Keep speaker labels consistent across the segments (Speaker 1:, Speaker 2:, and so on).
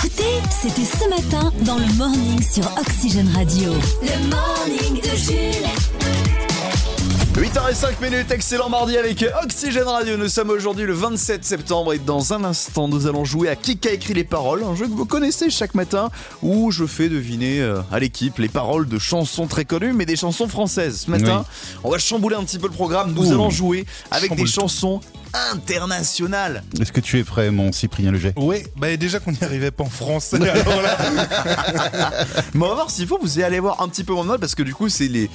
Speaker 1: C'était ce matin dans le morning sur Oxygène Radio. Le morning de Jules.
Speaker 2: 8h05 minutes, excellent mardi avec Oxygène Radio. Nous sommes aujourd'hui le 27 septembre et dans un instant, nous allons jouer à Qui a écrit les paroles, un jeu que vous connaissez chaque matin où je fais deviner euh, à l'équipe les paroles de chansons très connues mais des chansons françaises. Ce matin, oui. on va chambouler un petit peu le programme. Nous Ouh, allons jouer avec des chansons internationales.
Speaker 3: Est-ce que tu es prêt, mon Cyprien Leger
Speaker 4: Oui, bah déjà qu'on n'y arrivait pas en français. alors là.
Speaker 2: Mais on va voir s'il faut, vous allez voir un petit peu mon mode parce que du coup, c'est les.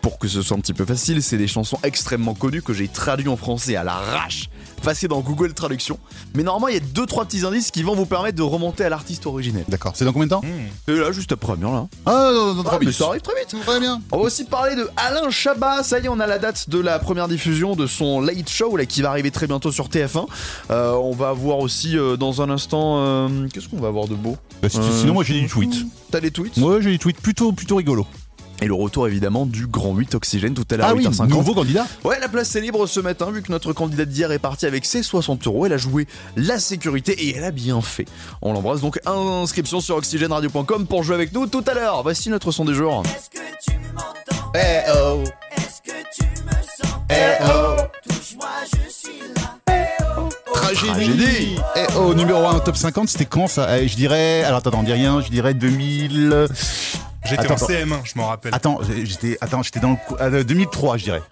Speaker 2: Pour que ce soit un petit peu facile, c'est des chansons extrêmement connues que j'ai traduit en français à l'arrache, passées dans Google Traduction. Mais normalement, il y a deux trois petits indices qui vont vous permettre de remonter à l'artiste originel.
Speaker 3: D'accord. C'est dans combien de temps
Speaker 2: mmh. Et Là, juste après, bien là.
Speaker 3: Ah, non, non, non, ah
Speaker 2: mais ça Euh, arrive très vite.
Speaker 3: Très bien.
Speaker 2: On va aussi parler de Alain Chabat. Ça y est, on a la date de la première diffusion de son Late Show là, qui va arriver très bientôt sur TF1. Euh, on va avoir aussi euh, dans un instant. Euh, Qu'est-ce qu'on va avoir de beau
Speaker 3: bah, Sinon, moi j'ai des tweets.
Speaker 2: T'as des tweets
Speaker 3: Ouais, j'ai des tweets plutôt plutôt rigolos.
Speaker 2: Et le retour évidemment du Grand 8 Oxygène tout à l'heure.
Speaker 3: Ah oui, 8h50. nouveau candidat
Speaker 2: Ouais, la place est libre ce matin vu que notre candidate d'hier est partie avec ses 60 euros. Elle a joué la sécurité et elle a bien fait. On l'embrasse donc. Inscription sur oxygèneradio.com pour jouer avec nous tout à l'heure. Voici notre son des jours. Est-ce que tu m'entends hey oh. Est-ce que tu me sens hey oh. Touche-moi, je suis là. Hey oh.
Speaker 3: Tragédie. Eh oh, numéro 1 top 50, c'était quand ça eh, Je dirais. Alors attends, on dit rien, je dirais 2000.
Speaker 4: J'étais en CM1, je m'en rappelle.
Speaker 3: Attends, j'étais attends, j'étais dans le euh, 2003, je dirais.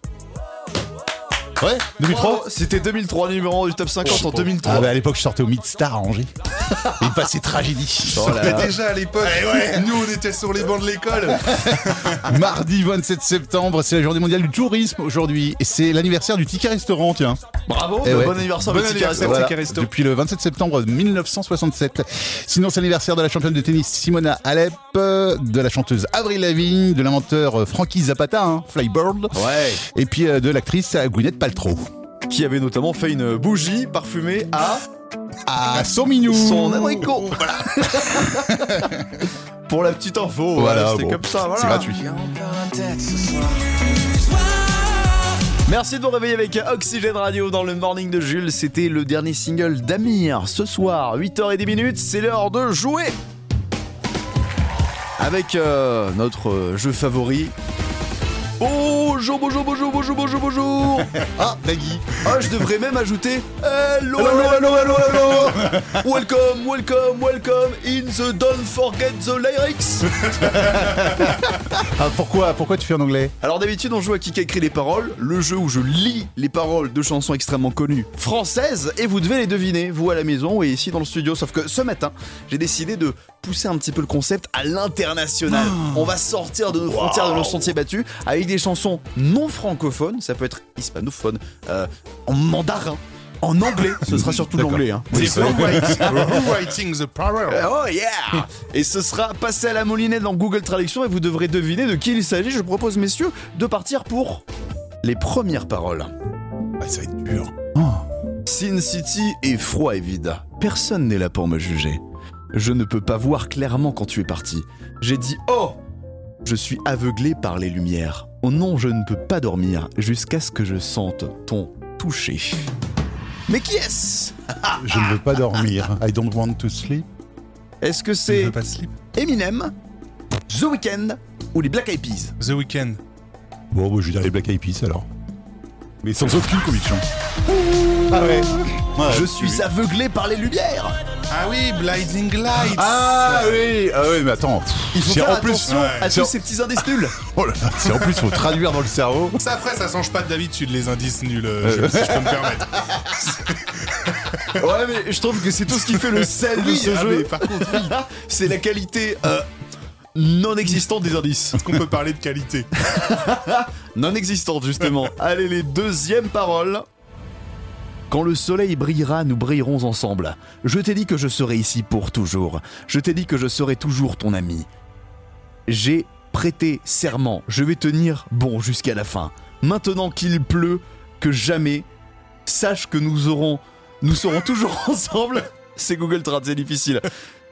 Speaker 2: Ouais, 2003 C'était 2003, numéro 1 du top 50 oh, en 2003.
Speaker 3: Ah bah à l'époque, je sortais au Midstar à Angers. Et il passait tragédie.
Speaker 4: Oh là. déjà à l'époque. Ouais. Nous, on était sur les bancs de l'école.
Speaker 3: Mardi 27 septembre, c'est la journée mondiale du tourisme aujourd'hui. Et c'est l'anniversaire du ticket restaurant, tiens.
Speaker 2: Oh, Bravo, ouais. bon anniversaire,
Speaker 4: bon anniversaire
Speaker 2: voilà.
Speaker 4: ticket resto.
Speaker 3: Depuis le 27 septembre 1967. Sinon, c'est l'anniversaire de la championne de tennis Simona Alep, de la chanteuse Avril Lavigne, de l'inventeur euh, Frankie Zapata, hein, Flybird.
Speaker 2: Ouais.
Speaker 3: Et puis euh, de l'actrice Gwyneth Paltrow trop.
Speaker 2: Qui avait notamment fait une bougie parfumée à.
Speaker 3: à son minou
Speaker 2: Son abricot Voilà Pour la petite info, voilà, c'est bon. comme ça, voilà.
Speaker 3: C'est gratuit.
Speaker 2: Merci de vous réveiller avec Oxygène Radio dans le morning de Jules. C'était le dernier single d'Amir. Ce soir, 8h10, c'est l'heure de jouer Avec euh, notre jeu favori, Oh, Bonjour, bonjour, bonjour, bonjour, bonjour, bonjour.
Speaker 3: Ah, Nagui.
Speaker 2: Ah, je devrais même ajouter hello, hello, hello, hello, hello. welcome, welcome, welcome in the don't forget the lyrics.
Speaker 3: ah, pourquoi, pourquoi tu fais en anglais
Speaker 2: Alors d'habitude, on joue à qui a écrit les paroles, le jeu où je lis les paroles de chansons extrêmement connues françaises et vous devez les deviner, vous à la maison et ici dans le studio. Sauf que ce matin, j'ai décidé de pousser un petit peu le concept à l'international. Oh. On va sortir de nos wow. frontières, de nos sentiers battus, avec des chansons non francophones, ça peut être hispanophone, euh, en mandarin. En anglais, ce sera surtout l'anglais. Hein.
Speaker 4: Oui, Euh, writing the parallel.
Speaker 2: Oh yeah Et ce sera passé à la moulinette dans Google Traduction et vous devrez deviner de qui il s'agit. Je propose, messieurs, de partir pour les premières paroles.
Speaker 3: Bah, ça va être dur.
Speaker 2: Oh. Sin City est froid et vide. Personne n'est là pour me juger. Je ne peux pas voir clairement quand tu es parti. J'ai dit Oh Je suis aveuglé par les lumières. Oh non, je ne peux pas dormir jusqu'à ce que je sente ton toucher. Mais qui est-ce
Speaker 3: Je ne veux pas dormir. I don't want to sleep.
Speaker 2: Est-ce que c'est Eminem, The Weeknd ou les Black Eyed Peas
Speaker 4: The Weeknd.
Speaker 3: Bon, bah, je vais dire les Black Eyed Peas alors. Mais sans aucune conviction.
Speaker 2: Ah ouais. ouais je suis Ah, oui. aveuglé par les lumières.
Speaker 4: Ah oui, Blinding Lights.
Speaker 3: Ah oui, ah oui, mais attends.
Speaker 2: euh, Il faut faire en plus, attention ouais. à tous ces petits indices nuls.
Speaker 3: oh là, c'est en plus faut traduire dans le cerveau.
Speaker 4: Ça après, ça change pas d'habitude les indices nuls, euh, je, si je peux me permettre.
Speaker 2: ouais, mais je trouve que c'est tout ce qui fait le sel de ce ah jeu. Oui. c'est la qualité. Euh, non existante des indices.
Speaker 4: Est-ce qu'on peut parler de qualité
Speaker 2: Non existante justement. Allez les deuxièmes paroles. Quand le soleil brillera, nous brillerons ensemble. Je t'ai dit que je serai ici pour toujours. Je t'ai dit que je serai toujours ton ami. J'ai prêté serment. Je vais tenir bon jusqu'à la fin. Maintenant qu'il pleut, que jamais, sache que nous aurons, nous serons toujours ensemble. C'est Google Trad, c'est difficile.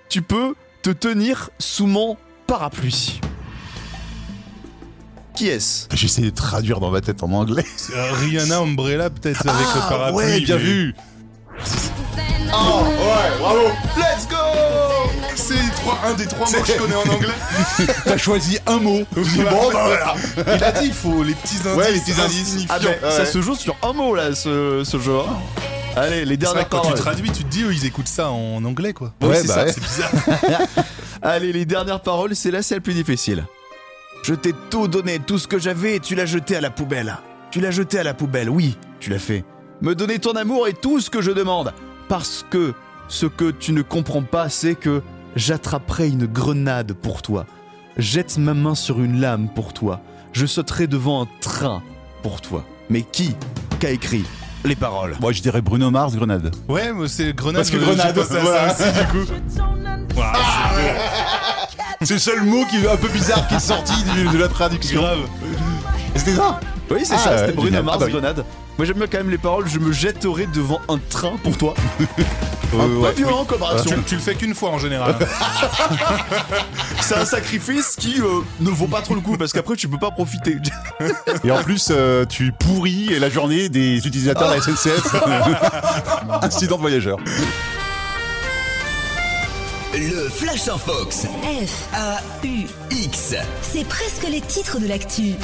Speaker 2: Tu peux te tenir sous mon parapluie. Qui est-ce
Speaker 3: J'essaie de traduire dans ma tête en anglais.
Speaker 4: Euh, Rihanna Umbrella peut-être ah, avec le parapluie.
Speaker 3: Ouais, bien mais... vu.
Speaker 2: Oh ouais, bravo. Let's go.
Speaker 4: C'est un des trois mots que je connais en anglais.
Speaker 3: T'as choisi un mot. bon, bah voilà.
Speaker 4: Il a dit il faut les petits indices.
Speaker 3: Ouais, les petits indices. euh,
Speaker 4: insignifiants.
Speaker 2: Ah, mais ça
Speaker 3: ouais.
Speaker 2: se joue sur un mot là, ce, ce jeu. hein. Allez, les
Speaker 4: C'est vrai
Speaker 2: dernières
Speaker 4: que quand tu
Speaker 2: paroles.
Speaker 4: traduis, tu te dis, eux, ils écoutent ça en anglais, quoi.
Speaker 3: Ouais,
Speaker 4: Oui, c'est
Speaker 3: bah
Speaker 4: ça,
Speaker 3: ouais.
Speaker 4: c'est bizarre.
Speaker 2: Allez, les dernières paroles, c'est la celle plus difficile. Je t'ai tout donné, tout ce que j'avais, et tu l'as jeté à la poubelle. Tu l'as jeté à la poubelle, oui, tu l'as fait. Me donner ton amour et tout ce que je demande. Parce que ce que tu ne comprends pas, c'est que j'attraperai une grenade pour toi. Jette ma main sur une lame pour toi. Je sauterai devant un train pour toi. Mais qui qu'a écrit les paroles
Speaker 3: Moi, je dirais Bruno Mars, Grenade.
Speaker 4: Ouais, mais c'est Grenade.
Speaker 3: Parce que
Speaker 4: euh, j'ai
Speaker 3: Grenade,
Speaker 4: pensé à ça
Speaker 3: voilà.
Speaker 4: aussi, du coup. Ouah,
Speaker 3: C'est le seul mot qui est un peu bizarre qui est sorti du- de la
Speaker 4: c'est
Speaker 3: traduction.
Speaker 4: grave.
Speaker 3: C'était ça
Speaker 2: Oui, c'est
Speaker 3: Ah,
Speaker 2: ça, c'était
Speaker 3: euh,
Speaker 2: Bruno
Speaker 3: génial.
Speaker 2: Mars,
Speaker 3: Ah bah oui.
Speaker 2: Grenade. Moi j'aime bien quand même les paroles, je me jetterai devant un train pour toi.
Speaker 3: Euh,
Speaker 2: Pas
Speaker 3: ouais.
Speaker 2: violent comme réaction.
Speaker 4: Tu, tu le fais qu'une fois en général.
Speaker 2: C'est un sacrifice qui euh, ne vaut pas trop le coup parce qu'après tu peux pas profiter.
Speaker 3: Et en plus, euh, tu pourris la journée des utilisateurs de la SNCF. Incident de voyageur.
Speaker 5: Le Flash en Fox.
Speaker 1: F,
Speaker 5: X.
Speaker 1: c'est presque les titres de l'actu.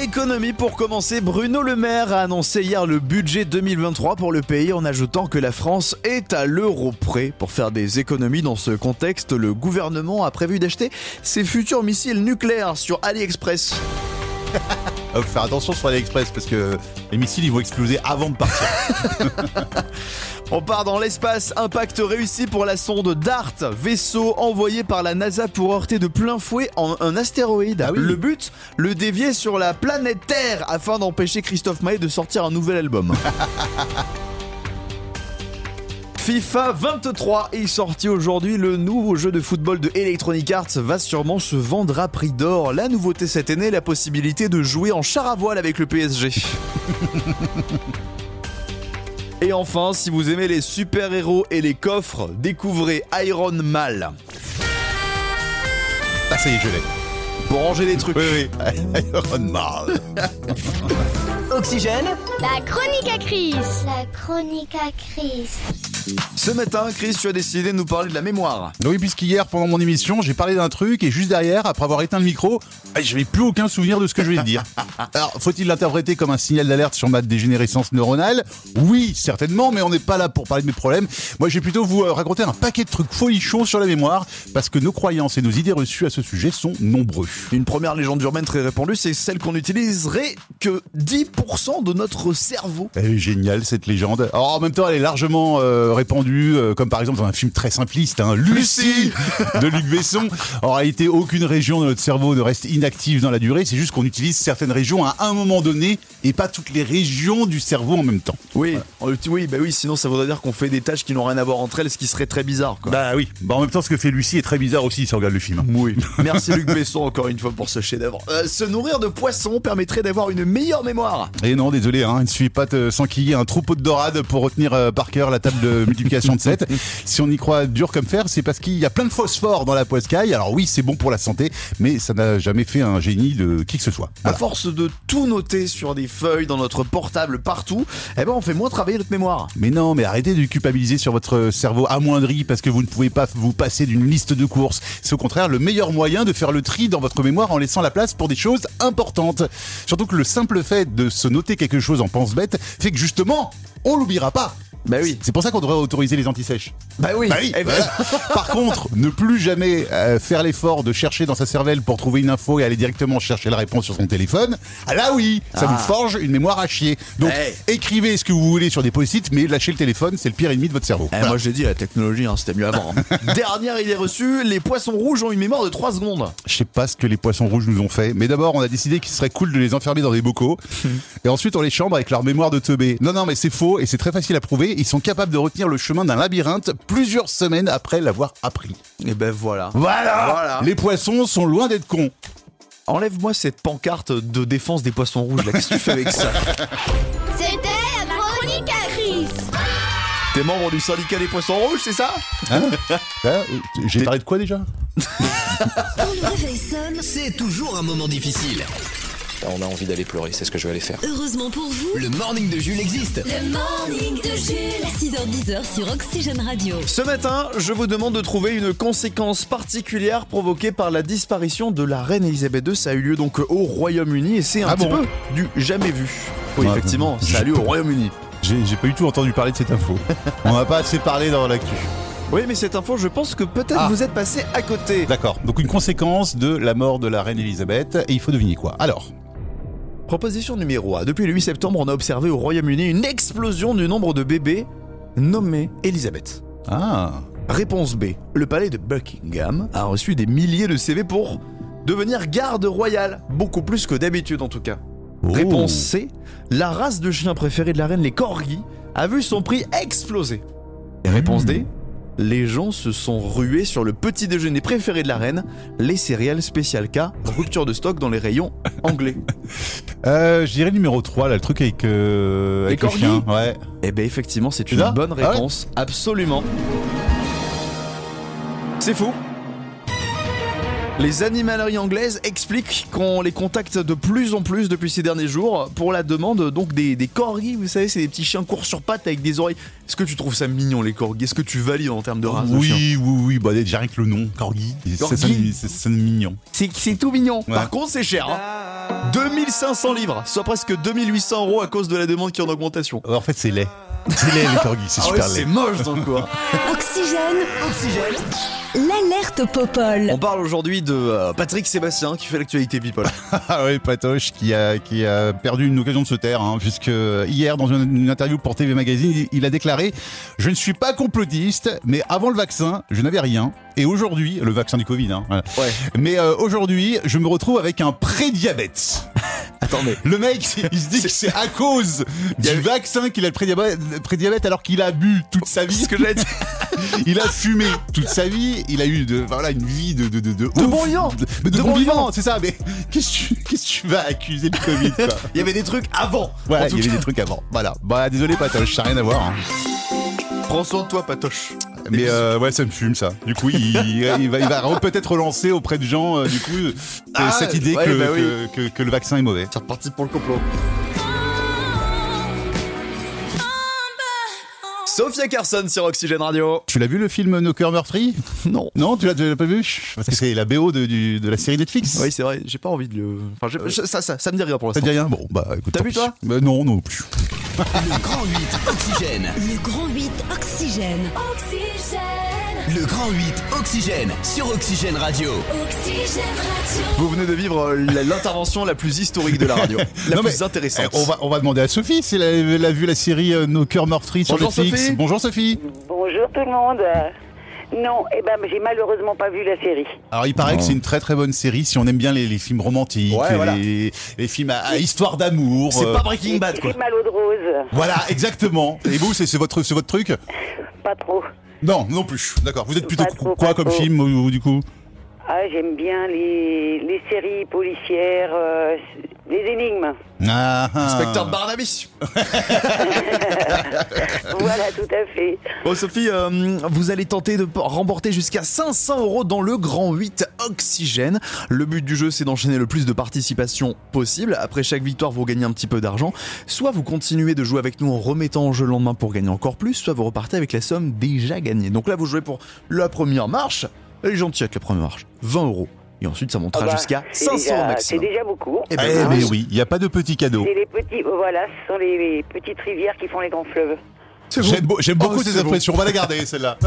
Speaker 2: Économie pour commencer, Bruno Le Maire a annoncé hier le budget 2023 pour le pays en ajoutant que la France est à l'euro près. Pour faire des économies dans ce contexte, le gouvernement a prévu d'acheter ses futurs missiles nucléaires sur AliExpress.
Speaker 3: Euh, faut faire attention sur AliExpress parce que les missiles, ils vont exploser avant de partir.
Speaker 2: On part dans l'espace, impact réussi pour la sonde DART, vaisseau envoyé par la NASA pour heurter de plein fouet en un astéroïde.
Speaker 3: Ah oui.
Speaker 2: Le but Le dévier sur la planète Terre afin d'empêcher Christophe Maé de sortir un nouvel album. FIFA 23 est sorti aujourd'hui. Le nouveau jeu de football de Electronic Arts va sûrement se vendre à prix d'or. La nouveauté cette année, la possibilité de jouer en char à voile avec le PSG. Et enfin, si vous aimez les super-héros et les coffres, découvrez Iron Man
Speaker 3: Ah, ça y est, je l'ai.
Speaker 2: pour ranger les trucs.
Speaker 3: Oui, oui. Iron Man.
Speaker 5: Oxygène.
Speaker 6: La chronique à crise. La chronique à crise.
Speaker 2: Ce matin, Chris, tu as décidé de nous parler de la mémoire.
Speaker 3: Oui, puisqu'hier, pendant mon émission, j'ai parlé d'un truc et juste derrière, après avoir éteint le micro, eh, je n'ai plus aucun souvenir de ce que je vais te dire. Alors, faut-il l'interpréter comme un signal d'alerte sur ma dégénérescence neuronale Oui, certainement, mais on n'est pas là pour parler de mes problèmes. Moi, je vais plutôt vous euh, raconter un paquet de trucs folichons sur la mémoire parce que nos croyances et nos idées reçues à ce sujet sont nombreux.
Speaker 2: Une première légende urbaine très répandue, c'est celle qu'on n'utiliserait que 10% de notre cerveau.
Speaker 3: Elle est géniale cette légende. Alors, en même temps, elle est largement euh, répandue, euh, comme par exemple dans un film très simpliste, hein, Lucie de Luc Besson. En réalité, aucune région de notre cerveau ne reste inactive dans la durée. C'est juste qu'on utilise certaines régions à un moment donné et pas toutes les régions du cerveau en même temps.
Speaker 2: Oui, on uti- oui, bah oui, sinon ça voudrait dire qu'on fait des tâches qui n'ont rien à voir entre elles, ce qui serait très bizarre. Quoi.
Speaker 3: Bah oui. Bah en même temps, ce que fait Lucie est très bizarre aussi si on regarde le film.
Speaker 2: Oui. Merci Luc Besson encore une fois pour ce chef-d'œuvre. Euh, se nourrir de poissons permettrait d'avoir une meilleure mémoire.
Speaker 3: Et non, désolé, hein, il ne suffit pas de s'enquiller un troupeau de dorades pour retenir euh, par cœur la table de multiplication de 7. si on y croit dur comme fer, c'est parce qu'il y a plein de phosphore dans la poiscaille. Alors oui, c'est bon pour la santé, mais ça n'a jamais fait un génie de qui que ce soit.
Speaker 2: À force de tout noter sur des feuilles, dans notre portable, partout, eh ben on fait moins travailler notre mémoire.
Speaker 3: Mais non, mais arrêtez de culpabiliser sur votre cerveau amoindri parce que vous ne pouvez pas vous passer d'une liste de courses. C'est au contraire le meilleur moyen de faire le tri dans votre mémoire en laissant la place pour des choses importantes. Surtout que le simple fait de se noter quelque chose en pense bête fait que justement, on l'oubliera pas.
Speaker 2: Bah oui.
Speaker 3: C'est pour ça qu'on devrait autoriser les antisèches.
Speaker 2: Bah oui.
Speaker 3: Bah oui,
Speaker 2: Eh ben,
Speaker 3: voilà. Par contre, ne plus jamais euh, faire l'effort de chercher dans sa cervelle pour trouver une info et aller directement chercher la réponse sur son téléphone, ah là oui, ça vous forge une mémoire à chier. Donc
Speaker 2: Hey.
Speaker 3: écrivez ce que vous voulez sur des post-it, mais lâchez le téléphone, c'est le pire ennemi de votre cerveau.
Speaker 2: Eh,
Speaker 3: Voilà.
Speaker 2: Moi j'ai dit la technologie, hein, c'était mieux avant. hein. Dernière idée reçue, les poissons rouges ont une mémoire de 3 secondes.
Speaker 3: Je sais pas ce que les poissons rouges nous ont fait, mais d'abord on a décidé qu'il serait cool de les enfermer dans des bocaux, et ensuite on les chambre avec leur mémoire de teubé. Non, non, mais c'est faux, et c'est très facile à prouver, ils sont capables de retenir le chemin d'un labyrinthe plusieurs semaines après l'avoir appris.
Speaker 2: Et ben voilà.
Speaker 3: Voilà,
Speaker 2: Voilà.
Speaker 3: Les poissons sont loin d'être cons.
Speaker 2: Enlève-moi cette pancarte de défense des poissons rouges là, qu'est-ce que tu fais avec ça
Speaker 6: C'était la chronique à crise.
Speaker 2: T'es membre du syndicat des poissons rouges, c'est ça
Speaker 3: Hein Hein J'ai parlé de quoi déjà
Speaker 1: Quand le réveil sonne,
Speaker 5: C'est toujours un moment difficile.
Speaker 7: on a envie d'aller pleurer, c'est ce que je vais aller faire.
Speaker 1: Heureusement pour vous,
Speaker 5: Le morning de Jules existe.
Speaker 1: le morning de Jules. 6h10 sur Oxygène Radio.
Speaker 2: Ce matin, je vous demande de trouver une conséquence particulière provoquée par la disparition de la reine Elisabeth II. Ça a eu lieu donc euh, au Royaume-Uni et c'est un
Speaker 3: Ah
Speaker 2: petit
Speaker 3: bon
Speaker 2: peu du jamais vu. Oui,
Speaker 3: Ah,
Speaker 2: effectivement,
Speaker 3: je-
Speaker 2: ça a lieu au Royaume-Uni.
Speaker 3: J'ai j'ai pas du tout entendu parler de cette info. On n'a pas assez parlé dans l'actu.
Speaker 2: Oui, mais cette info, je pense que peut-être
Speaker 3: Ah.
Speaker 2: vous êtes passé à côté.
Speaker 3: D'accord. Donc une conséquence de la mort de la reine Elisabeth. Et il faut deviner quoi Alors,
Speaker 2: Proposition numéro 1. Depuis le 8 septembre, on a observé au Royaume-Uni une explosion du nombre de bébés nommés Elisabeth.
Speaker 3: ah,
Speaker 2: Réponse B. Le palais de Buckingham a reçu des milliers de CV pour devenir garde royale. Beaucoup plus que d'habitude en tout cas.
Speaker 3: Oh.
Speaker 2: Réponse C. La race de chien préférée de la reine, les corgis, a vu son prix exploser. Et réponse D. Les gens se sont rués sur le petit déjeuner préféré de la reine, les céréales spécial K, rupture de stock dans les rayons anglais.
Speaker 3: Euh, je dirais numéro 3, là, le truc avec, euh, avec
Speaker 2: Les
Speaker 3: le
Speaker 2: corgis
Speaker 3: chien. Ouais.
Speaker 2: Eh ben effectivement, c'est
Speaker 3: C'est
Speaker 2: une
Speaker 3: ça
Speaker 2: bonne
Speaker 3: Ah ouais
Speaker 2: réponse, absolument. C'est fou. Les animaleries anglaises expliquent qu'on les contacte de plus en plus depuis ces derniers jours pour la demande donc des, des corgis, vous savez, c'est des petits chiens courts sur pattes avec des oreilles. Est-ce que tu trouves ça mignon les corgis Est-ce que tu valides en termes de
Speaker 3: Ah,
Speaker 2: race de chien
Speaker 3: oui, oui, oui, bah déjà rien que le nom, Corgi,
Speaker 2: Corgi.
Speaker 3: ça sonne- ça sonne mignon.
Speaker 2: C'est c'est tout mignon.
Speaker 3: Ouais.
Speaker 2: Par contre, c'est cher. hein. 2500 livres, soit presque 2800 euros à cause de la demande qui est en augmentation.
Speaker 3: En fait, c'est laid. C'est laid, les Corgi, c'est
Speaker 2: Ah ouais,
Speaker 3: super
Speaker 2: c'est
Speaker 3: laid.
Speaker 2: moche dans le coin.
Speaker 1: Oxygène, l'alerte Popol.
Speaker 2: On parle aujourd'hui de euh, Patrick Sébastien qui fait l'actualité People.
Speaker 3: Ah oui, Patoche qui a, qui a perdu une occasion de se taire, hein, puisque hier, dans une, une interview pour TV Magazine, il, il a déclaré « Je ne suis pas complotiste, mais avant le vaccin, je n'avais rien. Et aujourd'hui, le vaccin du Covid, hein, voilà.
Speaker 2: Ouais.
Speaker 3: mais euh, aujourd'hui, je me retrouve avec un prédiabète. »
Speaker 2: Attendez.
Speaker 3: Le mec, il se dit que c'est à cause
Speaker 2: y
Speaker 3: du
Speaker 2: avait-
Speaker 3: vaccin qu'il a le prédiabète, le prédiabète alors qu'il a bu toute sa vie.
Speaker 2: Ce que j'allais dire.
Speaker 3: Il a fumé toute sa vie. Il a eu de, voilà, une vie de de de de, ouf.
Speaker 2: bon vivant.
Speaker 3: De, mais de
Speaker 2: De
Speaker 3: bon
Speaker 2: bon
Speaker 3: vivant, c'est ça. Mais qu'est-ce que tu- qu'est-ce que tu vas accuser le Covid quoi
Speaker 2: Il y avait des trucs avant.
Speaker 3: Voilà,
Speaker 2: En tout
Speaker 3: il y avait
Speaker 2: cas.
Speaker 3: des trucs avant. Voilà. Bah désolé Patoche, ça n'a rien à voir. hein.
Speaker 2: Prends soin de toi, Patoche.
Speaker 3: Mais euh, ouais, ça me fume ça. Du coup, il, il va, il va re- peut-être relancer auprès de gens euh, du coup euh,
Speaker 2: Ah,
Speaker 3: cette idée
Speaker 2: ouais,
Speaker 3: que,
Speaker 2: bah oui.
Speaker 3: que- que- que le vaccin est mauvais.
Speaker 2: C'est reparti pour le complot. Sophia Carson sur Oxygène Radio.
Speaker 3: Tu l'as vu le film No Cœur Meurtri
Speaker 2: Non.
Speaker 3: Non, tu l'as tu l'as pas vu Parce que c'est la BO de, du- de la série Netflix.
Speaker 2: Oui, c'est vrai, j'ai pas envie de le. Enfin, j'ai- je- ça, ça, ça me dit rien pour
Speaker 3: Ça
Speaker 2: l'instant.
Speaker 3: te dit rien Bon, bah écoute.
Speaker 2: T'as
Speaker 3: tant
Speaker 2: vu,
Speaker 3: pis.
Speaker 2: toi
Speaker 3: Bah, Non, non plus.
Speaker 5: Le grand 8 Oxygène.
Speaker 1: Le grand 8 Oxygène. Oxygène.
Speaker 5: Le grand 8 Oxygène sur Oxygène Radio.
Speaker 1: Oxygène Radio.
Speaker 2: Vous venez de vivre euh, la- l'intervention la plus historique de la radio. la
Speaker 3: Non,
Speaker 2: plus
Speaker 3: mais,
Speaker 2: intéressante.
Speaker 3: eh, on, va, on va demander à Sophie si elle a, elle a vu la série euh, Nos cœurs meurtris sur
Speaker 2: Bonjour,
Speaker 3: Netflix.
Speaker 2: Sophie.
Speaker 3: Bonjour Sophie.
Speaker 8: Bonjour tout le monde. Non, eh ben j'ai malheureusement pas vu la série.
Speaker 3: Alors il paraît que c'est une très très bonne série si on aime bien les, les films romantiques,
Speaker 2: Ouais,
Speaker 3: les,
Speaker 2: voilà.
Speaker 3: les films à, à histoire d'amour.
Speaker 2: C'est
Speaker 3: euh,
Speaker 2: pas Breaking Bad, quoi.
Speaker 8: C'est Malo de Rose,
Speaker 3: Voilà, exactement. Et vous, c'est c'est votre, c'est votre truc
Speaker 8: pas trop.
Speaker 3: Non, non plus. D'accord. Vous êtes plutôt
Speaker 8: Pas trop,
Speaker 3: quoi
Speaker 8: pas
Speaker 3: comme
Speaker 8: trop.
Speaker 3: film ou- ou du coup
Speaker 8: Ah, j'aime bien les, les séries policières, euh, les énigmes.
Speaker 3: ah, ah.
Speaker 2: Inspecteur Barnaby.
Speaker 8: Voilà, tout à fait.
Speaker 2: Bon Sophie, euh, vous allez tenter de p- remporter jusqu'à 500 euros dans le Grand 8 Oxygène. Le but du jeu, c'est d'enchaîner le plus de participations possible. Après chaque victoire, vous gagnez un petit peu d'argent. Soit vous continuez de jouer avec nous en remettant en jeu le lendemain pour gagner encore plus, soit vous repartez avec la somme déjà gagnée. Donc là, vous jouez pour la première marche. Elle est gentille avec la première marche, 20 euros. Et ensuite, ça montera
Speaker 8: Ah bah,
Speaker 2: jusqu'à
Speaker 8: c'est
Speaker 2: 500
Speaker 8: déjà-
Speaker 2: au
Speaker 8: C'est
Speaker 2: maximum.
Speaker 8: déjà beaucoup.
Speaker 2: Eh
Speaker 3: Eh
Speaker 2: ben, voilà.
Speaker 3: mais oui, il n'y a pas de petit cadeau.
Speaker 8: C'est les petits, euh, voilà, ce sont les, les petites rivières qui font les grands fleuves.
Speaker 2: C'est bon.
Speaker 3: J'aime beau- j'aime
Speaker 2: Oh,
Speaker 3: beaucoup
Speaker 2: c'est
Speaker 3: tes
Speaker 2: bon.
Speaker 3: impressions. On va la garder celle-là.
Speaker 2: On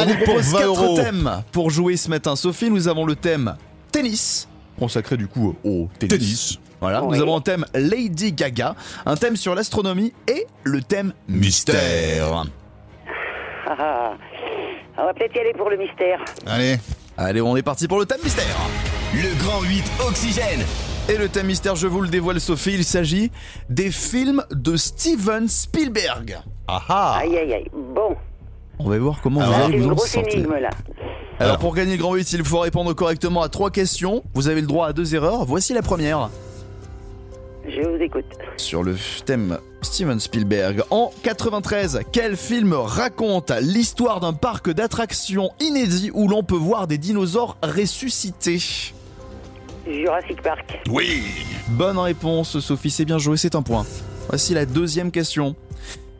Speaker 3: Allez,
Speaker 2: vous
Speaker 3: pour
Speaker 2: propose
Speaker 3: 20
Speaker 2: quatre
Speaker 3: euros.
Speaker 2: thèmes pour jouer ce matin. Sophie, nous avons le thème tennis, consacré du coup au tennis.
Speaker 3: Tennis.
Speaker 2: Voilà,
Speaker 8: Oui.
Speaker 2: nous avons un thème Lady Gaga, un thème sur l'astronomie et le thème mystère.
Speaker 8: Ah, ah. On va peut-être y aller pour le mystère.
Speaker 3: Allez.
Speaker 2: Allez, on est parti pour le thème mystère.
Speaker 5: Le grand 8 Oxygène.
Speaker 2: Et le thème mystère, je vous le dévoile Sophie, il s'agit des films de Steven Spielberg.
Speaker 3: Ah ah.
Speaker 8: Aïe, aïe, aïe. Bon,
Speaker 2: On va voir comment
Speaker 3: Ah
Speaker 2: vous
Speaker 3: ouais.
Speaker 8: c'est
Speaker 2: allez
Speaker 8: une
Speaker 2: vous en
Speaker 8: grosse
Speaker 2: sortir.
Speaker 8: énigme là.
Speaker 2: Alors pour gagner le grand 8, il faut répondre correctement à trois questions. Vous avez le droit à deux erreurs. Voici la première.
Speaker 8: Je vous écoute.
Speaker 2: sur le thème Steven Spielberg. En 93, quel film raconte l'histoire d'un parc d'attractions inédit où l'on peut voir des dinosaures ressuscités
Speaker 8: Je Jurassic Park.
Speaker 3: Oui
Speaker 2: Bonne réponse, Sophie, c'est bien joué, c'est un point. Voici la deuxième question.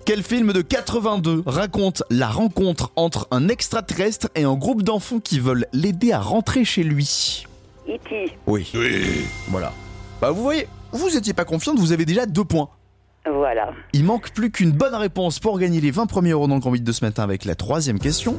Speaker 2: Quel film de 82 raconte la rencontre entre un extraterrestre et un groupe d'enfants qui veulent l'aider à rentrer chez lui
Speaker 8: E.T.
Speaker 2: Oui. Voilà. Bah vous voyez, vous étiez pas confiante, vous avez déjà deux points.
Speaker 8: Voilà.
Speaker 2: Il manque plus qu'une bonne réponse pour gagner les 20 premiers euros dans le Grand Vide de ce matin avec la troisième question.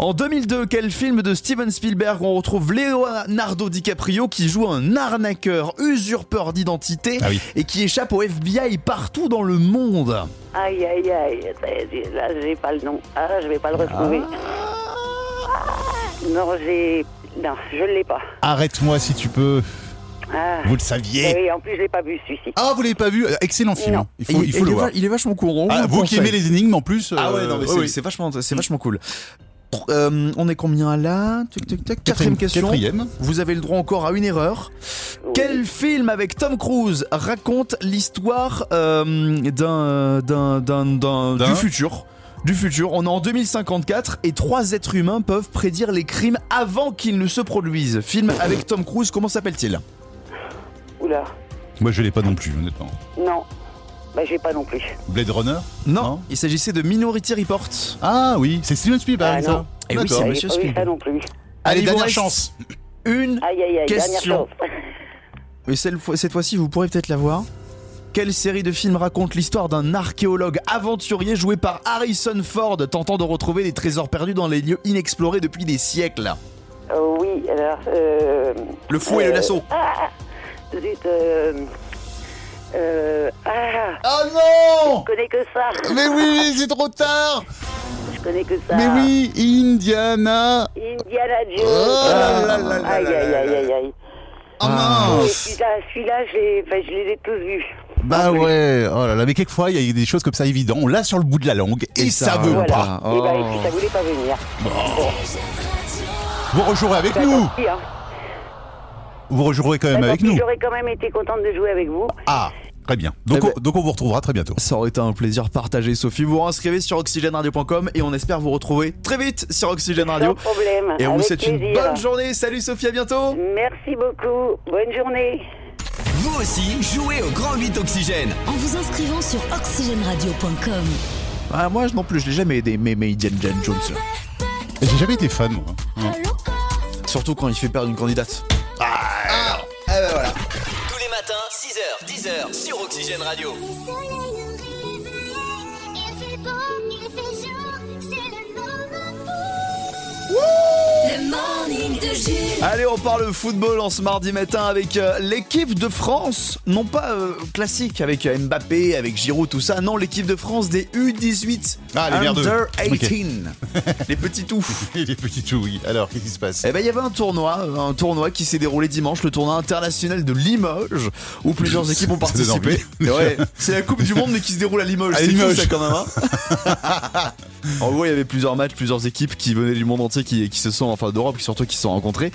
Speaker 2: En 2002, quel film de Steven Spielberg on retrouve Leonardo DiCaprio qui joue un arnaqueur usurpeur d'identité
Speaker 3: Ah oui.
Speaker 2: et qui échappe au FBI partout dans le monde
Speaker 8: Aïe, aïe, aïe. Ça y est, Là, j'ai pas le nom. Ah, je vais pas le retrouver.
Speaker 3: Ah.
Speaker 8: Non, j'ai. Non, je l'ai pas.
Speaker 3: Arrête-moi si tu peux.
Speaker 8: Ah.
Speaker 3: Vous le
Speaker 8: Eh
Speaker 3: saviez.
Speaker 8: oui, en plus, je l'ai pas vu celui-ci.
Speaker 3: Ah, vous l'avez pas vu Excellent film.
Speaker 8: Non.
Speaker 3: hein. Il faut,
Speaker 2: Et-
Speaker 3: il
Speaker 2: et
Speaker 3: faut
Speaker 2: est
Speaker 3: le
Speaker 2: va-
Speaker 3: voir.
Speaker 2: il est vachement court. on
Speaker 3: Ah,
Speaker 2: vous le
Speaker 3: vous qui
Speaker 2: conseille.
Speaker 3: aimez les énigmes en plus.
Speaker 2: Ah ouais,
Speaker 3: euh,
Speaker 2: non, mais c'est
Speaker 3: oui.
Speaker 2: c'est vachement, c'est vachement cool. Euh, on est combien là Tic, tic, tic. Quatrième question.
Speaker 3: Quatrième.
Speaker 2: Vous avez le droit encore à une erreur.
Speaker 8: Oui.
Speaker 2: Quel film avec Tom Cruise raconte l'histoire euh, d'un, d'un, d'un, d'un-
Speaker 3: D'un
Speaker 2: du futur Du futur. On est en 2054 et trois êtres humains peuvent prédire les crimes avant qu'ils ne se produisent. Film avec Tom Cruise, comment s'appelle-t-il
Speaker 8: Oula.
Speaker 3: Moi, je l'ai pas non plus, honnêtement.
Speaker 8: Non. Bah, j'ai pas non plus.
Speaker 3: Blade Runner
Speaker 2: non,
Speaker 3: Non.
Speaker 2: il s'agissait de Minority Report.
Speaker 3: Ah oui, c'est Steven Spielberg,
Speaker 8: Ah,
Speaker 3: ça.
Speaker 8: non.
Speaker 2: Eh oui,
Speaker 3: D'accord.
Speaker 2: c'est
Speaker 8: Ah,
Speaker 2: Monsieur
Speaker 8: j'ai pas vu ça
Speaker 2: Spielberg.
Speaker 8: non plus.
Speaker 3: Allez,
Speaker 2: il vous
Speaker 3: dernière
Speaker 2: reste
Speaker 3: chance.
Speaker 2: Une
Speaker 8: Aïe, aïe, aïe.
Speaker 2: Question.
Speaker 8: Dernière chance.
Speaker 2: Mais celle- cette fois-ci, vous pourrez peut-être la voir. Quelle série de films raconte l'histoire d'un archéologue aventurier joué par Harrison Ford tentant de retrouver des trésors perdus dans les lieux inexplorés depuis des siècles
Speaker 8: Euh, oui, alors. Euh...
Speaker 2: Le fou et le
Speaker 8: euh,
Speaker 2: lasso.
Speaker 8: Ah Zut. Euh... Euh... Ah
Speaker 3: Ah non
Speaker 8: Je connais que ça.
Speaker 3: Mais oui, c'est trop tard
Speaker 8: Je connais que ça.
Speaker 2: Ah.
Speaker 3: Mais oui, Indiana
Speaker 8: Indiana Jones.
Speaker 3: Oh là là là là
Speaker 8: aïe,
Speaker 3: là
Speaker 8: aïe,
Speaker 3: là
Speaker 8: aïe,
Speaker 3: là.
Speaker 8: aïe, aïe.
Speaker 3: Oh
Speaker 8: Et
Speaker 3: mince
Speaker 8: Celui-là, celui-là je, l'ai- enfin, je les ai tous vus.
Speaker 3: Bah ouais, oh là là, mais quelquefois il y a des choses comme ça évidentes, on l'a sur le bout de la langue et,
Speaker 2: Et
Speaker 3: ça,
Speaker 2: ça
Speaker 3: veut
Speaker 2: va
Speaker 3: pas.
Speaker 2: pas.
Speaker 8: Et, bah, et
Speaker 3: oh.
Speaker 8: puis ça voulait pas venir.
Speaker 3: Vous rejouerez avec
Speaker 8: Bah,
Speaker 3: nous
Speaker 8: tant pis, hein.
Speaker 3: Vous rejouerez quand même
Speaker 8: Bah, tant
Speaker 3: avec
Speaker 8: pis,
Speaker 3: nous
Speaker 8: J'aurais quand même été contente de jouer avec vous.
Speaker 3: Ah, très bien. Donc,
Speaker 2: Eh ben-
Speaker 3: on, donc on vous retrouvera très bientôt.
Speaker 2: Ça aurait été un plaisir partagé, Sophie. Vous vous inscrivez sur oxygèneradio.com et on espère vous retrouver très vite sur Oxygène Radio.
Speaker 8: Sans problème.
Speaker 2: Et on vous
Speaker 8: avec
Speaker 2: souhaite une
Speaker 8: plaisir.
Speaker 2: bonne journée. Salut Sophie, à bientôt
Speaker 8: Merci beaucoup. Bonne journée.
Speaker 5: Vous aussi, jouez au Grand 8 Oxygène.
Speaker 1: En vous inscrivant sur oxygenradio.com.
Speaker 2: Ah, Moi non plus, je l'ai jamais aidé, mais, mais Indiana Jones. là.
Speaker 3: J'ai jamais été fan, moi.
Speaker 2: Surtout quand il fait perdre une candidate.
Speaker 5: Tous les matins, 6h, 10h sur Oxygène Radio.
Speaker 6: Le soleil nous réveille, il fait beau, il fait jour, c'est le moment
Speaker 1: Le morning de Jules.
Speaker 2: Allez, on parle football en ce mardi matin avec euh, l'équipe de France, non pas euh, classique avec euh, Mbappé, avec Giroud, tout ça, non, l'équipe de France des U18,
Speaker 3: Ah, les merdeux.
Speaker 2: Under
Speaker 3: Ok.
Speaker 2: 18, les petits touffes.
Speaker 3: Il est petit tout, oui. Alors, qu'est-ce qui se passe
Speaker 2: Eh ben, il y avait un tournoi, euh, un tournoi qui s'est déroulé dimanche, le tournoi international de Limoges, où plusieurs équipes ont
Speaker 3: Ça donne
Speaker 2: participé. Ouais, c'est la Coupe du Monde mais qui se déroule à Limoges.
Speaker 3: À
Speaker 2: C'est fou
Speaker 3: Limoges.
Speaker 2: ça quand même. hein. en gros, il y avait plusieurs matchs, plusieurs équipes qui venaient du monde entier, qui, qui se sont, enfin d'Europe, qui surtout qui se sont rencontrées.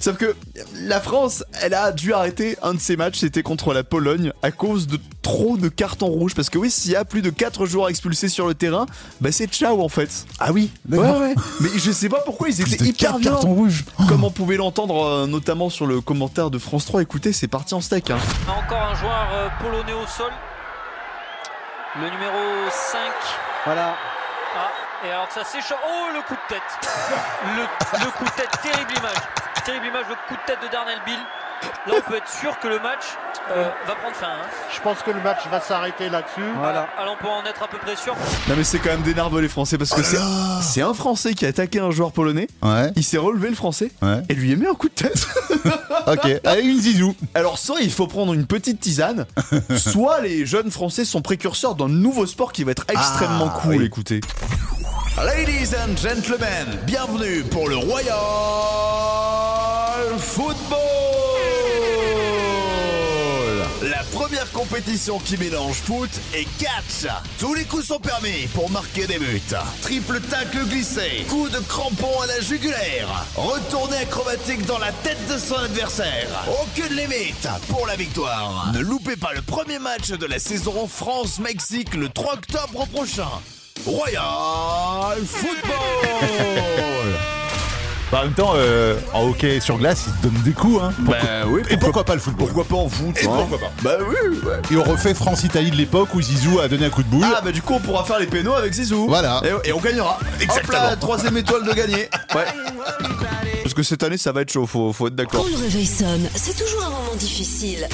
Speaker 2: Sauf que la France, elle a dû arrêter un de ses matchs, c'était contre la Pologne, à cause de trop de cartons rouges. Parce que oui, s'il y a plus de 4 joueurs expulsés sur le terrain, bah c'est ciao en fait.
Speaker 3: Ah oui,
Speaker 2: Ouais,
Speaker 3: d'accord.
Speaker 2: ouais. Mais je sais pas pourquoi ils
Speaker 3: Plus
Speaker 2: étaient
Speaker 3: de
Speaker 2: hyper
Speaker 3: quatre
Speaker 2: violents.
Speaker 3: cartons rouges.
Speaker 2: Comme on pouvait l'entendre euh, notamment sur le commentaire de France 3, écoutez, c'est parti en steak. hein.
Speaker 9: Encore un joueur euh, polonais au sol. Le numéro 5.
Speaker 10: Voilà.
Speaker 9: Ah, et alors ça s'échauffe. Oh, le coup de tête. Le, le coup de tête, terrible image. Terrible image, le coup de tête de Darnell Bill. Là, on peut être sûr que le match euh, va prendre fin. hein.
Speaker 10: Je pense que le match va s'arrêter là-dessus. Voilà.
Speaker 9: Alors, on peut en être à peu près sûr.
Speaker 2: Non mais c'est quand même des nerveux les Français parce que c'est c'est un Français qui a attaqué un joueur polonais.
Speaker 3: Oh Ouais,
Speaker 2: Il s'est relevé le Français
Speaker 3: ouais.
Speaker 2: et lui a mis un coup de tête.
Speaker 3: Ok, allez, une zizou.
Speaker 2: Alors soit il faut prendre une petite tisane, soit les jeunes Français sont précurseurs d'un nouveau sport qui va être extrêmement
Speaker 3: Ah,
Speaker 2: cool.
Speaker 3: oui.
Speaker 2: Écoutez.
Speaker 5: Ladies and gentlemen, bienvenue pour le Royal Football La première compétition qui mélange foot et catch Tous les coups sont permis pour marquer des buts. Triple tacle glissé, coup de crampon à la jugulaire, retournée acrobatique dans la tête de son adversaire. Aucune limite pour la victoire. Ne loupez pas le premier match de la saison France-Mexique le 3 octobre prochain. Royal Football
Speaker 3: Bah, en même temps, euh, en hockey sur glace, ils se donnent des coups. Hein.
Speaker 2: Bah oui,
Speaker 3: et pourquoi pas le football
Speaker 2: Pourquoi pas en foot
Speaker 3: Et
Speaker 2: hein
Speaker 3: pourquoi pas
Speaker 2: Bah oui, ouais.
Speaker 3: Et on refait France-Italie de l'époque où Zizou a donné un coup de boule.
Speaker 2: Ah bah du coup on pourra faire les pénaux avec Zizou.
Speaker 3: Voilà.
Speaker 2: Et, et on gagnera.
Speaker 3: Exactement.
Speaker 2: Hop là, troisième étoile de gagner. Ouais. Parce que cette année ça va être chaud, faut, faut être
Speaker 1: Quand
Speaker 2: d'accord.
Speaker 1: le réveil sonne, c'est toujours un moment difficile.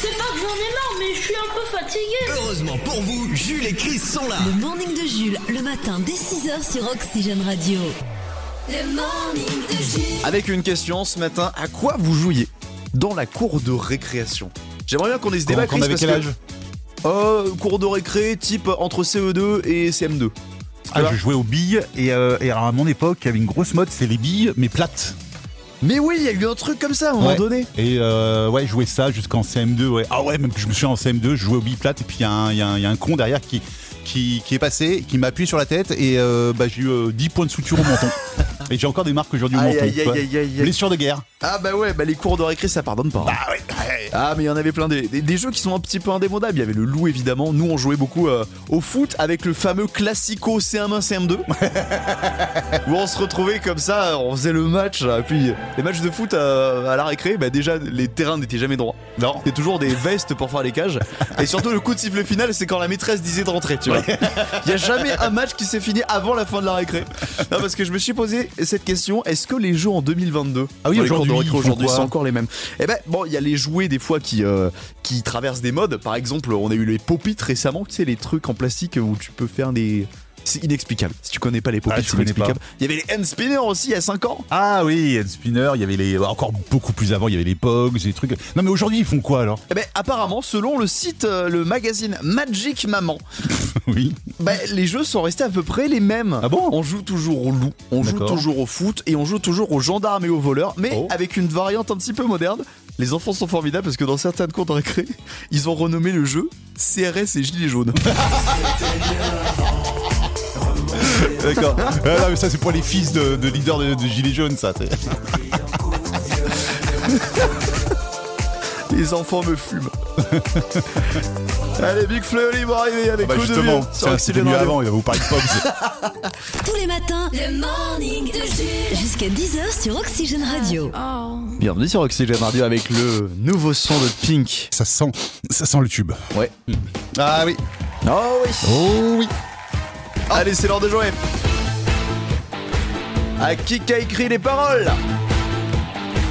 Speaker 6: C'est pas que j'en ai marre, mais je suis un peu fatiguée.
Speaker 5: Heureusement pour vous, Jules et Chris sont là.
Speaker 1: Le morning de Jules, le matin dès 6h sur Oxygène Radio.
Speaker 6: Le morning de Jules.
Speaker 2: Avec une question ce matin, à quoi vous jouiez dans la cour de récréation J'aimerais bien qu'on ait ce débat.
Speaker 3: Quand on
Speaker 2: Chris,
Speaker 3: avait
Speaker 2: parce
Speaker 3: quel
Speaker 2: que-
Speaker 3: âge
Speaker 2: Euh, cours de récré type entre CE2 et CM2.
Speaker 3: Ah, je jouais aux billes et, euh, et alors à mon époque, il y avait une grosse mode, c'est les billes mais plates.
Speaker 2: Mais oui, il y a eu un truc comme ça à un moment
Speaker 3: Ouais.
Speaker 2: donné.
Speaker 3: Et euh, ouais, je jouais ça jusqu'en CM2. Ouais. Ah ouais, même que je me suis en CM2, je jouais aux billes plates et puis il y, a un- il y a un il y a un con derrière qui, qui, qui est passé, qui m'a appuyé sur la tête et euh, bah, j'ai eu euh, 10 points de suture au menton. Et j'ai encore des marques aujourd'hui au
Speaker 2: Aïe,
Speaker 3: menton.
Speaker 2: aïe, aïe,
Speaker 3: ouais.
Speaker 2: aïe, aïe, aïe.
Speaker 3: Blessure de guerre.
Speaker 2: Ah bah ouais, bah les cours de récré ça pardonne pas. hein.
Speaker 3: Ah ouais.
Speaker 2: Ah mais il y en avait plein des, des, des jeux qui sont un petit peu indémodables. Il y avait le loup évidemment. Nous on jouait beaucoup euh, au foot avec le fameux classico CM1 CM2 où on se retrouvait comme ça, on faisait le match. là. Puis les matchs de foot euh, à la récré, bah déjà les terrains n'étaient jamais droits.
Speaker 3: Non.
Speaker 2: C'était toujours des vestes pour faire les cages. Et surtout le coup de sifflet final, c'est quand la maîtresse disait de rentrer. Tu vois. Il y a jamais un match qui s'est fini avant la fin de la récré. Non parce que je me suis posé cette question. Est-ce que les jeux en 2022
Speaker 3: Ah oui,
Speaker 2: dans les cours de
Speaker 3: aujourd'hui,
Speaker 2: récré
Speaker 3: ils font
Speaker 2: aujourd'hui
Speaker 3: quoi
Speaker 2: sont encore les mêmes. Et ben bon, il y a les jouets des fois qui euh, qui traversent des modes. Par exemple, on a eu les popites récemment, tu sais les trucs en plastique où tu peux faire des c'est inexplicable. Si tu connais pas les
Speaker 3: Ah,
Speaker 2: popites,
Speaker 3: je
Speaker 2: c'est
Speaker 3: connais pas.
Speaker 2: inexplicable. Il y avait les hand spinners aussi il y a 5 ans.
Speaker 3: Ah oui, Head Spinner, il y avait les. Encore beaucoup plus avant, il y avait les Pogs, les trucs. Non mais aujourd'hui, ils font quoi alors
Speaker 2: Eh ben, apparemment, selon le site, euh, le magazine Magic Maman,
Speaker 3: Oui.
Speaker 2: bah, les jeux sont restés à peu près les mêmes.
Speaker 3: Ah bon
Speaker 2: On joue toujours au loup, on joue
Speaker 3: D'accord.
Speaker 2: toujours au foot et on joue toujours aux gendarmes et aux voleurs, mais
Speaker 3: Oh.
Speaker 2: avec une variante un petit peu moderne. Les enfants sont formidables parce que dans certaines cours de récré, ils ont renommé le jeu CRS et Gilets jaunes.
Speaker 3: D'accord. Ah, non, mais ça, c'est pour les fils de, de leaders de, de Gilets jaunes, ça. c'est-
Speaker 2: les enfants me fument. Allez, Big Fleu, libre arrivé avec
Speaker 3: Bah
Speaker 2: coup de
Speaker 3: justement,
Speaker 2: vieux sur
Speaker 3: tiens, c'était
Speaker 2: Oxygène
Speaker 3: mieux
Speaker 2: Radio.
Speaker 3: avant, il va vous parler de Pogs.
Speaker 1: Tous les matins,
Speaker 6: Le morning de Jules.
Speaker 1: jusqu'à 10h sur Oxygène Radio.
Speaker 2: Bienvenue sur Oxygène Radio avec le nouveau son de Pink.
Speaker 3: ça sent, ça sent le tube.
Speaker 2: Ouais.
Speaker 3: Ah oui.
Speaker 2: Oh oui Ah.
Speaker 3: Oh oui.
Speaker 2: Allez, c'est l'heure de jouer. À qui qu'a écrit les paroles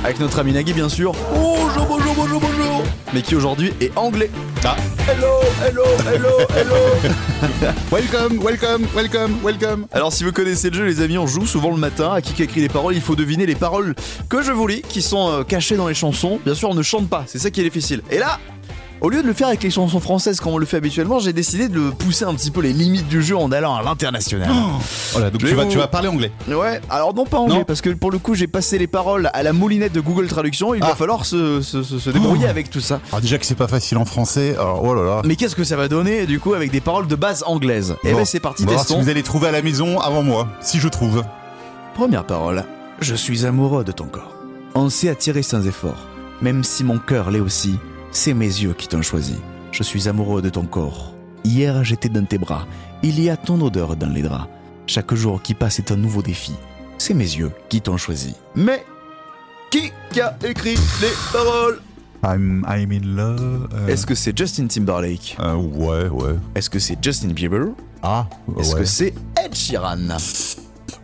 Speaker 2: Avec notre ami Nagui, bien sûr. Oh, bonjour, bonjour, bonjour, bonjour Mais qui aujourd'hui est anglais.
Speaker 3: Ah.
Speaker 2: Hello, hello, hello, hello
Speaker 3: Welcome, welcome, welcome, welcome.
Speaker 2: Alors, si vous connaissez le jeu, les amis, on joue souvent le matin. À qui qu'a écrit les paroles Il faut deviner les paroles que je vous lis, qui sont euh, cachées dans les chansons. Bien sûr, on ne chante pas, c'est ça qui est difficile. Et là au lieu de le faire avec les chansons françaises comme on le fait habituellement, j'ai décidé de pousser un petit peu les limites du jeu en allant à l'international.
Speaker 3: Voilà, Oh donc
Speaker 2: Je
Speaker 3: tu
Speaker 2: vais
Speaker 3: vas,
Speaker 2: vous-
Speaker 3: tu vas parler anglais.
Speaker 2: Ouais, alors non pas anglais,
Speaker 3: Non.
Speaker 2: parce que pour le coup j'ai passé les paroles à la moulinette de Google Traduction, il va
Speaker 3: Ah.
Speaker 2: falloir se, se- se- se débrouiller
Speaker 3: Oh.
Speaker 2: avec tout ça.
Speaker 3: Alors déjà que c'est pas facile en français. Alors, oh là là.
Speaker 2: Mais qu'est-ce que ça va donner du coup avec des paroles de base anglaise Eh
Speaker 3: Bon,
Speaker 2: ben c'est parti,
Speaker 3: on va voir
Speaker 2: testons.
Speaker 3: si vous allez trouver à la maison avant moi, si je trouve.
Speaker 2: Première parole. Je suis amoureux de ton corps. On s'est attiré sans effort. Même si mon cœur l'est aussi, c'est mes yeux qui t'ont choisi. Je suis amoureux de ton corps. Hier, j'étais dans tes bras. Il y a ton odeur dans les draps. Chaque jour qui passe est un nouveau défi. C'est mes yeux qui t'ont choisi. Mais qui a écrit les paroles
Speaker 3: I'm, I'm in love. euh,
Speaker 2: Est-ce que c'est Justin Timberlake
Speaker 3: euh, ouais, ouais.
Speaker 2: Est-ce que c'est Justin Bieber
Speaker 3: Ah,
Speaker 2: Est-ce
Speaker 3: ouais.
Speaker 2: que c'est Ed Sheeran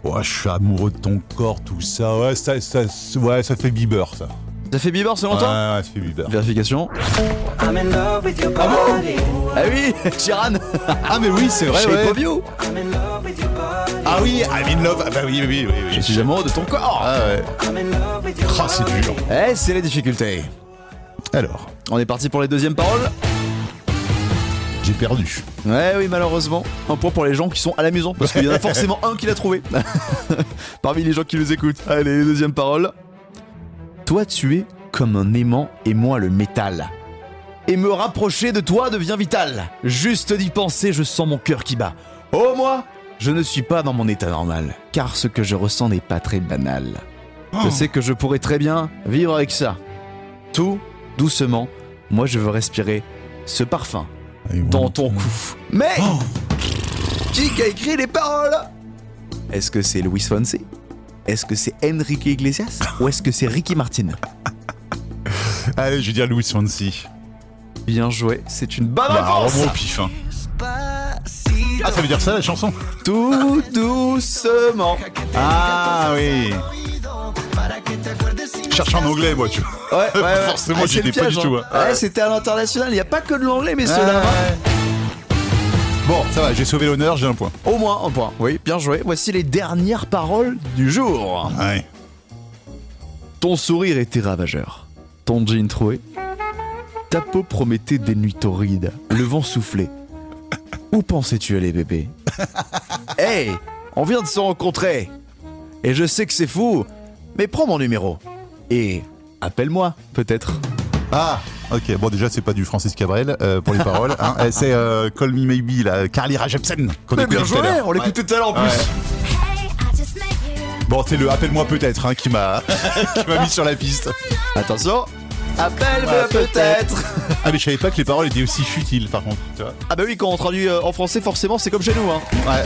Speaker 3: Ouais, je suis amoureux de ton corps, tout ça. Ouais, ça, ça, ouais, ça fait Bieber, ça.
Speaker 2: Ça fait Bieber selon
Speaker 3: Ouais, ouais,
Speaker 2: toi
Speaker 3: ça fait Bieber.
Speaker 2: Vérification. Ah oui, Sheeran
Speaker 3: Ah, mais oui, c'est vrai,
Speaker 2: Shape
Speaker 3: ouais.
Speaker 2: of You
Speaker 3: Ah oui, I'm in love. Ah, bah oui, oui, oui, oui.
Speaker 2: Je suis amoureux de ton corps
Speaker 3: Ah ouais. Ah, c'est dur.
Speaker 2: Eh, c'est les difficultés
Speaker 3: Alors,
Speaker 2: On est parti pour les deuxièmes paroles
Speaker 3: j'ai perdu.
Speaker 2: Ouais, oui, malheureusement. Un point pour les gens qui sont à la maison, parce qu'il y en a forcément un qui l'a trouvé. Parmi les gens qui nous écoutent. Allez, les deuxièmes paroles. Toi, tu es comme un aimant et moi le métal. Et me rapprocher de toi devient vital. Juste d'y penser, je sens mon cœur qui bat. Oh, moi, je ne suis pas dans mon état normal, car ce que je ressens n'est pas très banal. Je sais que je pourrais très bien vivre avec ça. Tout doucement, moi je veux respirer ce parfum dans ton cou. Mais
Speaker 3: Oh.
Speaker 2: qui a écrit les paroles Est-ce que c'est Louis Fonsi Est-ce que c'est Enrique Iglesias ou est-ce que c'est Ricky Martin
Speaker 3: Allez, je vais dire Louis Fonsi.
Speaker 2: Bien joué, c'est une bonne
Speaker 3: Bah,
Speaker 2: réponse.
Speaker 3: vraiment au pif. hein. Ah, ça veut dire ça la chanson
Speaker 2: Tout doucement.
Speaker 3: Ah oui. Je cherche en anglais, moi, tu vois.
Speaker 2: Ouais, ouais, ouais.
Speaker 3: Forcément,
Speaker 2: Ah,
Speaker 3: j'y
Speaker 2: c'est le
Speaker 3: étais pas
Speaker 2: piège,
Speaker 3: du tout,
Speaker 2: hein.
Speaker 3: hein.
Speaker 2: Ouais, c'était à l'international. Il n'y a pas que de l'anglais, mais hein.
Speaker 3: Ouais,
Speaker 2: cela.
Speaker 3: ouais. Bon, ça va, j'ai sauvé l'honneur, j'ai un point.
Speaker 2: Au moins un point. Oui, bien joué. Voici les dernières paroles du jour.
Speaker 3: Ouais.
Speaker 2: Ton sourire était ravageur. Ton jean troué. Ta peau promettait des nuits torrides. Le vent soufflait. Où pensais-tu aller, bébé Hey On vient de se rencontrer. Et je sais que c'est fou, mais prends mon numéro. Et appelle-moi, peut-être.
Speaker 3: Ah, ok, bon, déjà, c'est pas du Francis Cabrel euh, pour les paroles. hein. Eh, C'est euh, Call Me Maybe, là, Carly Rajepsen. qu'on
Speaker 2: Mais
Speaker 3: écoutait
Speaker 2: bien
Speaker 3: tout
Speaker 2: joué,
Speaker 3: à l'heure.
Speaker 2: on l'écoutait tout à l'heure en plus.
Speaker 3: Bon, c'est le Appelle-moi peut-être hein, qui m'a qui m'a mis sur la piste.
Speaker 2: Attention, appelle-moi peut-être.
Speaker 3: Ah, mais je savais pas que les paroles étaient aussi futiles, par contre. Tu vois
Speaker 2: Ah bah oui, quand on traduit euh, en français, forcément, c'est comme chez nous. Hein.
Speaker 3: Ouais.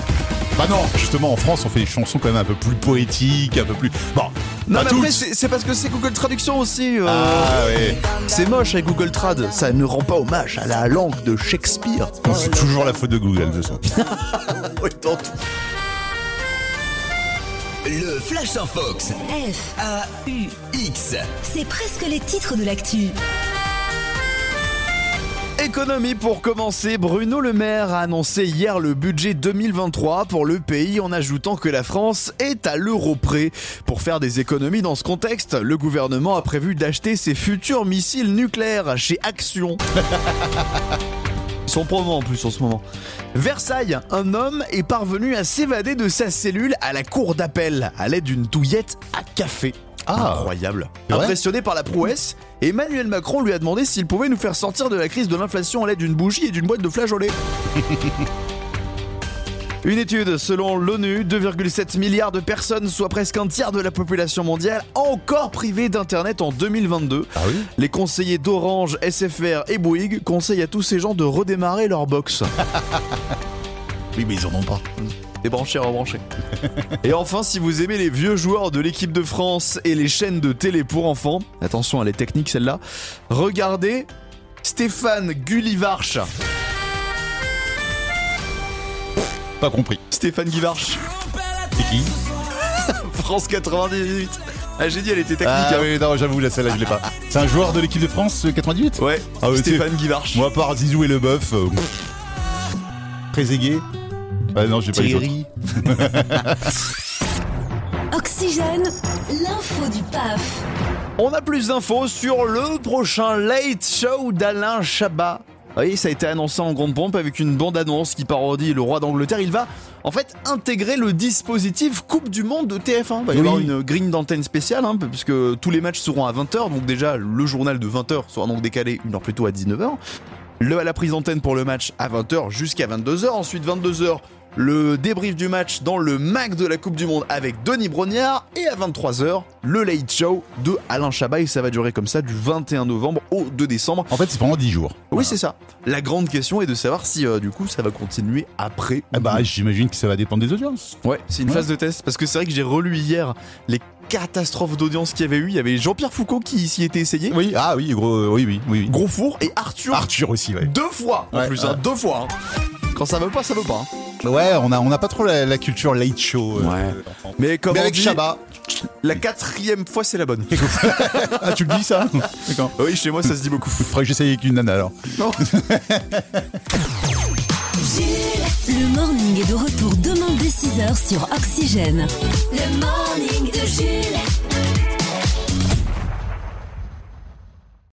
Speaker 3: Bah non, justement, en France, on fait des chansons quand même un peu plus poétiques, un peu plus. Bon,
Speaker 2: Non,
Speaker 3: pas
Speaker 2: mais
Speaker 3: toutes.
Speaker 2: après, c'est c'est parce que c'est Google Traduction aussi. euh.
Speaker 3: Ah ouais.
Speaker 2: C'est moche avec Google Trad, ça ne rend pas hommage à la langue de Shakespeare.
Speaker 3: Donc, C'est toujours la faute de Google, de ça.
Speaker 2: Autant tout.
Speaker 5: Le Flash en Fox.
Speaker 1: F,
Speaker 5: X.
Speaker 1: c'est presque les titres de l'actu.
Speaker 2: Économie pour commencer, Bruno Le Maire a annoncé hier le budget 2023 pour le pays en ajoutant que la France est à l'euro près. Pour faire des économies dans ce contexte, le gouvernement a prévu d'acheter ses futurs missiles nucléaires chez Action. Ils sont probants en plus en ce moment. Versailles, un homme est parvenu à s'évader de sa cellule à la cour d'appel à l'aide d'une douillette à café.
Speaker 3: Ah.
Speaker 2: Incroyable.
Speaker 3: C'est vrai
Speaker 2: Impressionné par la prouesse, Emmanuel Macron lui a demandé s'il pouvait nous faire sortir de la crise de l'inflation à l'aide d'une bougie et d'une boîte de flageolets. Une étude selon l'ONU, 2,7 milliards de personnes, soit presque un tiers de la population mondiale, encore privées d'Internet en 2022.
Speaker 3: Ah oui
Speaker 2: Les conseillers d'Orange, SFR et Bouygues conseillent à tous ces gens de redémarrer leur box.
Speaker 3: Oui, mais ils en ont pas.
Speaker 2: Débrancher, rebrancher. et enfin, si vous aimez les vieux joueurs de l'équipe de France et les chaînes de télé pour enfants, attention à les techniques celle-là, regardez Stéphane Gullivarche.
Speaker 3: Pas compris.
Speaker 2: Stéphane Guivarche,
Speaker 3: C'est qui
Speaker 2: France 98. Ah, j'ai dit, elle était technique.
Speaker 3: Ah
Speaker 2: hein.
Speaker 3: oui, non, j'avoue, la celle-là, je l'ai pas. C'est un joueur de l'équipe de France euh, 98
Speaker 2: Ouais,
Speaker 3: Ah ouais,
Speaker 2: Stéphane Guivarche.
Speaker 3: Moi, à part Zizou et le bœuf. euh, Très aigué. Ah non, j'ai pas les autres.
Speaker 1: Oxygène, l'info du PAF.
Speaker 2: On a plus d'infos sur le prochain Late Show d'Alain Chabat. Oui, ça a été annoncé en grande pompe avec une bande-annonce qui parodie le roi d'Angleterre. Il va en fait intégrer le dispositif Coupe du Monde de TF1. Il va y
Speaker 3: Oui.
Speaker 2: avoir une grille d'antenne spéciale, hein, puisque tous les matchs seront à 20h. Donc déjà, le journal de 20h sera donc décalé une heure plus tôt à 19h. Le, la prise d'antenne pour le match à 20h jusqu'à 22h. Ensuite, 22h, le débrief du match dans le MAC de la Coupe du Monde avec Denis Brognard. Et à 23h, le Late Show de Alain Chabat. Et ça va durer comme ça du 21 novembre au 2 décembre.
Speaker 3: En fait, c'est pendant 10 jours.
Speaker 2: Oui, c'est ça. La grande question est de savoir si, euh, du coup, ça va continuer après.
Speaker 3: Ah
Speaker 2: ou
Speaker 3: bah,
Speaker 2: non.
Speaker 3: j'imagine que ça va dépendre des audiences.
Speaker 2: ouais, c'est une
Speaker 3: ouais.
Speaker 2: phase de test. Parce que c'est vrai que j'ai relu hier les catastrophes d'audience qu'il y avait eu. Il y avait Jean-Pierre Foucault qui s'y était essayé.
Speaker 3: Oui, ah oui, gros, oui, oui, oui.
Speaker 2: Gros four et Arthur.
Speaker 3: Arthur aussi, ouais.
Speaker 2: Deux fois en
Speaker 3: Ouais,
Speaker 2: plus,
Speaker 3: ouais.
Speaker 2: hein, deux fois. hein. Quand ça veut pas, ça veut pas. hein.
Speaker 3: Ouais, on a, on a pas trop la, la culture late show. euh,
Speaker 2: Ouais.
Speaker 3: en France.
Speaker 2: Mais comme
Speaker 3: Mais
Speaker 2: on
Speaker 3: avec
Speaker 2: dit,
Speaker 3: Chabat.
Speaker 2: la quatrième fois c'est la bonne.
Speaker 3: Ah, tu le dis ça D'accord.
Speaker 2: oui, chez moi ça se dit beaucoup.
Speaker 3: Faudrait que j'essaye avec une nana alors.
Speaker 1: Le morning est de retour demain dès 6h sur Oxygène. Le morning